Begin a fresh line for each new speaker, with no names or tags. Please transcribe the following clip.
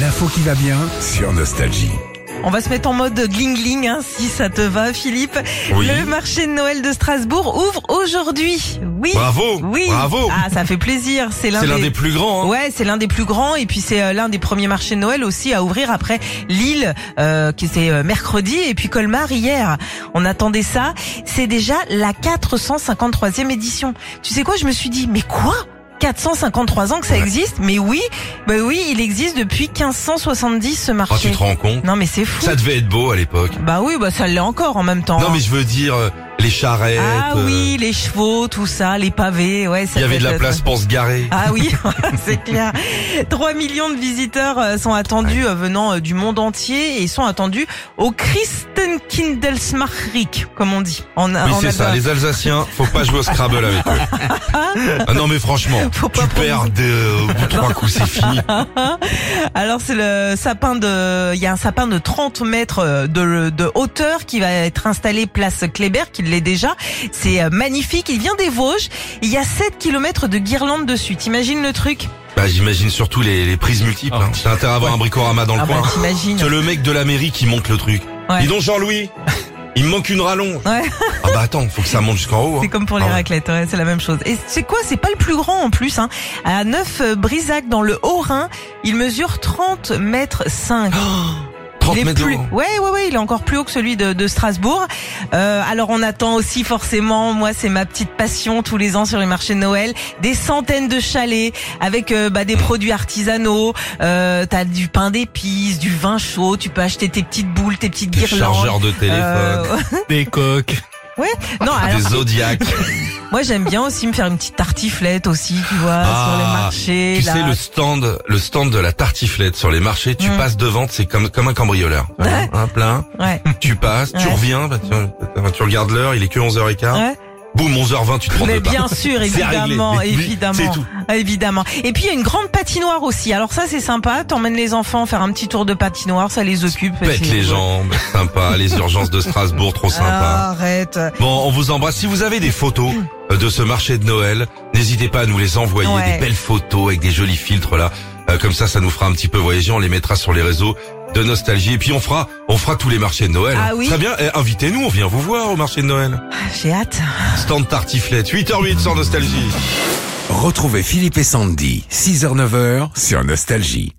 L'info qui va bien sur Nostalgie.
On va se mettre en mode glingling, hein, si ça te va, Philippe.
Oui.
Le marché de Noël de Strasbourg ouvre aujourd'hui. Oui.
Bravo.
Oui.
Bravo.
Ah, ça fait plaisir. C'est l'un
C'est l'un
des.
des plus grands. hein.
Ouais, c'est l'un des plus grands et puis c'est euh, l'un des premiers marchés de Noël aussi à ouvrir après Lille euh, qui c'est euh, mercredi et puis Colmar hier. On attendait ça. C'est déjà la 453e édition. Tu sais quoi, je me suis dit mais quoi 453 ans que ça existe Mais oui, bah oui, il existe depuis 1570 ce
Oh, tu
marché.
te rends compte
non mais c'est fou.
Ça devait être beau à l'époque.
Bah oui, bah ça l'est encore en même temps. hein.
Non, mais je veux dire euh, les charrettes.
ah
euh,
oui, les chevaux, tout ça, les pavés, ouais. ça
Il y avait de
doit
la
être-
place pour se garer.
Ah oui, c'est clair. 3 millions de visiteurs euh, sont attendus euh, venant euh, du monde entier et ils sont attendus au Christenkindlesmarrik, comme on dit. En,
Oui,
en
c'est ça.
Alsace.
Les Alsaciens, faut pas jouer au Scrabble avec eux. Ah non, mais franchement,
Faut pas
tu
prendre-
perds deux, au bout de trois coups, c'est fini.
Alors c'est le sapin de, il y a un sapin de 30 mètres euh, de, de hauteur qui va être installé place Kléber, qui l'est déjà. C'est euh, magnifique. Il vient des Vosges. Il y a 7 kilomètres de guirlande dessus. T'imagines le truc
Bah, j'imagine surtout les, les prises multiples. hein. T'as intérêt à avoir un bricorama dans le
Ah bah
coin.
t'imagines.
C'est le mec de la mairie qui monte le truc.
Ouais.
Dis donc, Jean-Louis, il me manque une rallonge.
Ouais.
Ah bah attends, faut que ça monte jusqu'en haut. hein.
C'est comme pour les
Ah ouais.
raclettes, ouais, c'est la même chose. Et c'est quoi C'est pas le plus grand en plus. Hein. À Neuf-Brisac, dans le Haut-Rhin, il mesure 30 mètres 5. Il
30
est
Ah, mètres de
plus...
haut.
Ouais, ouais, ouais, il est encore plus haut que celui de, de Strasbourg. Euh, alors on attend aussi forcément, moi c'est ma petite passion tous les ans sur les marchés de Noël, des centaines de chalets avec euh, bah, des produits artisanaux. Euh, T'as du pain d'épices, du vin chaud, tu peux acheter tes petites boules, tes petites
Des
guirlandes.
chargeurs de téléphone.
Euh,
Des coques.
non, alors
Des zodiacs.
Moi, j'aime bien aussi me faire une petite tartiflette aussi, tu vois,
Ah,
sur les marchés.
Tu
là.
sais, le stand, le stand de la tartiflette sur les marchés, tu
Mm.
passes devant, c'est comme, comme un cambrioleur.
Ouais.
Un plein,
Ouais,
tu passes, tu
Ouais.
reviens, bah, tu, bah, tu regardes l'heure, il est que 11h15.
ouais.
Boum, 11h20, tu te prends
Mais
Hein deux barres.
bien sûr,
C'est réglé.
évidemment,
Mais- mais C'est
évidemment, Ah,
tout.
évidemment. Et puis il y a une grande patinoire aussi. Alors ça, c'est sympa. T'emmènes les enfants faire un petit tour de patinoire, ça les occupe.
Pète
C'est-
les jambes, sympa, les urgences de Strasbourg, trop
Ah.
sympa.
Arrête.
Bon, on vous embrasse. Si vous avez des photos euh, de ce marché de Noël, n'hésitez pas à nous les envoyer,
Ouais.
des belles photos avec des jolis filtres là. Euh, comme ça, ça nous fera un petit peu voyager. On les mettra sur les réseaux de nostalgie. Et puis on fera, on fera tous les marchés de Noël.
Ah oui.
Très bien. Eh, Invitez-nous, on vient vous voir au marché de Noël.
J'ai hâte.
Stand tartiflette, 8h08 sur nostalgie.
Retrouvez Philippe et Sandy, 6h-9h sur Nostalgie.